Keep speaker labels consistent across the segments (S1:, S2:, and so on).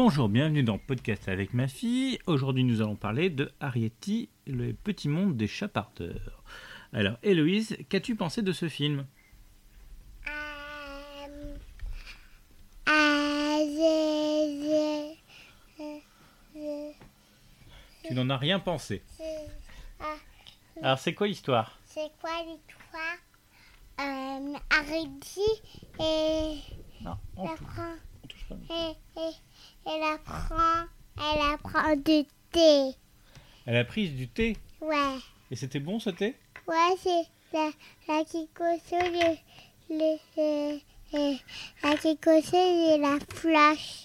S1: Bonjour, bienvenue dans Podcast avec ma fille. Aujourd'hui, nous allons parler de Arietti, le petit monde des chapardeurs. Alors, Héloïse, qu'as-tu pensé de ce film
S2: Euh, ah, je- je- je- je-
S1: Tu n'en as rien pensé.
S2: je- ah,
S1: Alors, c'est quoi l'histoire
S2: C'est quoi l'histoire euh, Aridi et
S1: Non, on
S2: elle
S1: tou-
S2: apprend,
S1: on touche pas.
S2: et, et, elle apprend, elle apprend du thé.
S1: Elle a pris du thé.
S2: Ouais,
S1: Et c'était bon ce thé
S2: ouais c'est la, la Kikoso, le, le, le- le- la Kikoso et la flash,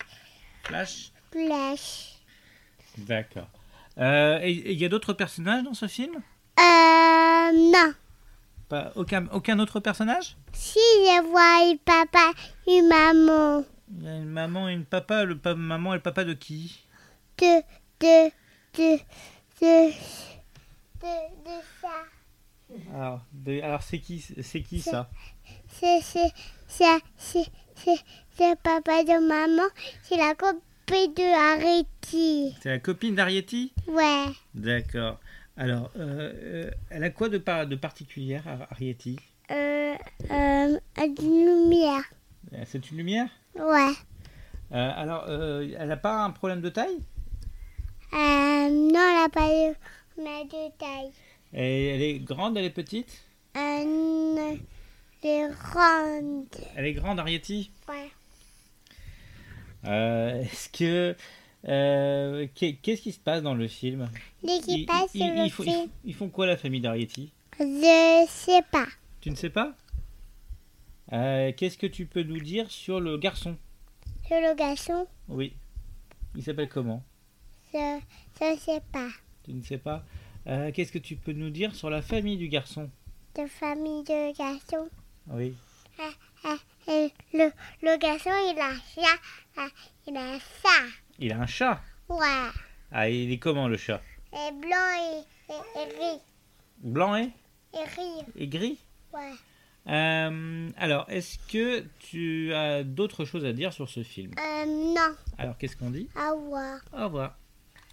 S1: Flash
S2: flash.
S1: D'accord. Euh, et et il y a d'autres personnages dans ce film
S2: Euh, non.
S1: Pas, aucun, aucun autre personnage
S2: Si je vois une papa, une maman,
S1: Il y a une maman et une papa. Le pa- maman et le papa de qui
S2: de, de, de, de, de, de ça.
S1: Alors, Ah, de- alors c'est qui, c'est qui ça
S2: C'est, c'est, c'est, c'est, c'est, c'est le papa de maman, c'est la copine de Areti.
S1: C'est la copine d'Arietti
S2: Ouais.
S1: D'accord. Alors, euh, euh, elle a quoi de, par- de particulier, Ar- Arietti
S2: Euh, euh, une lumière.
S1: Euh, C'est une lumière
S2: Ouais.
S1: Euh, Alors, euh, elle n'a pas un problème de taille
S2: Euh, non, la pas de, mais de taille.
S1: Et Elle est grande, elle est petite
S2: Euh, les rondes.
S1: Elle est grande, Arietti
S2: Ouais.
S1: Euh, Est-ce que... euh, qu'est- Qu'est-ce qui se passe dans le film Ils-
S2: L'équipage,
S1: ils-
S2: c'est le
S1: ils font- ils
S2: film.
S1: font- ils font quoi, la famille d'Arietti
S2: Je sais pas.
S1: Tu ne sais pas Euh, Qu'est-ce que tu peux nous dire sur le garçon
S2: Sur le garçon,
S1: Oui. Il s'appelle comment
S2: je je sais pas.
S1: Tu ne sais pas. Euh, Qu'est-ce que tu peux nous dire sur la famille du garçon
S2: De famille de garçon.
S1: Oui.
S2: Et le, le garçon, il a ça. Ah, Il a ça.
S1: Il a un chat.
S2: Ouais.
S1: Ah, il est comment le chat
S2: Et blanc, il, il, il rit.
S1: Blanc et,
S2: Il rit.
S1: et gris
S2: Ouais.
S1: Euh, Alors, est-ce que tu as d'autres choses à dire sur ce film
S2: Euh, non. ah
S1: Alors, qu'est-ce qu'on dit
S2: Au revoir.
S1: Au revoir.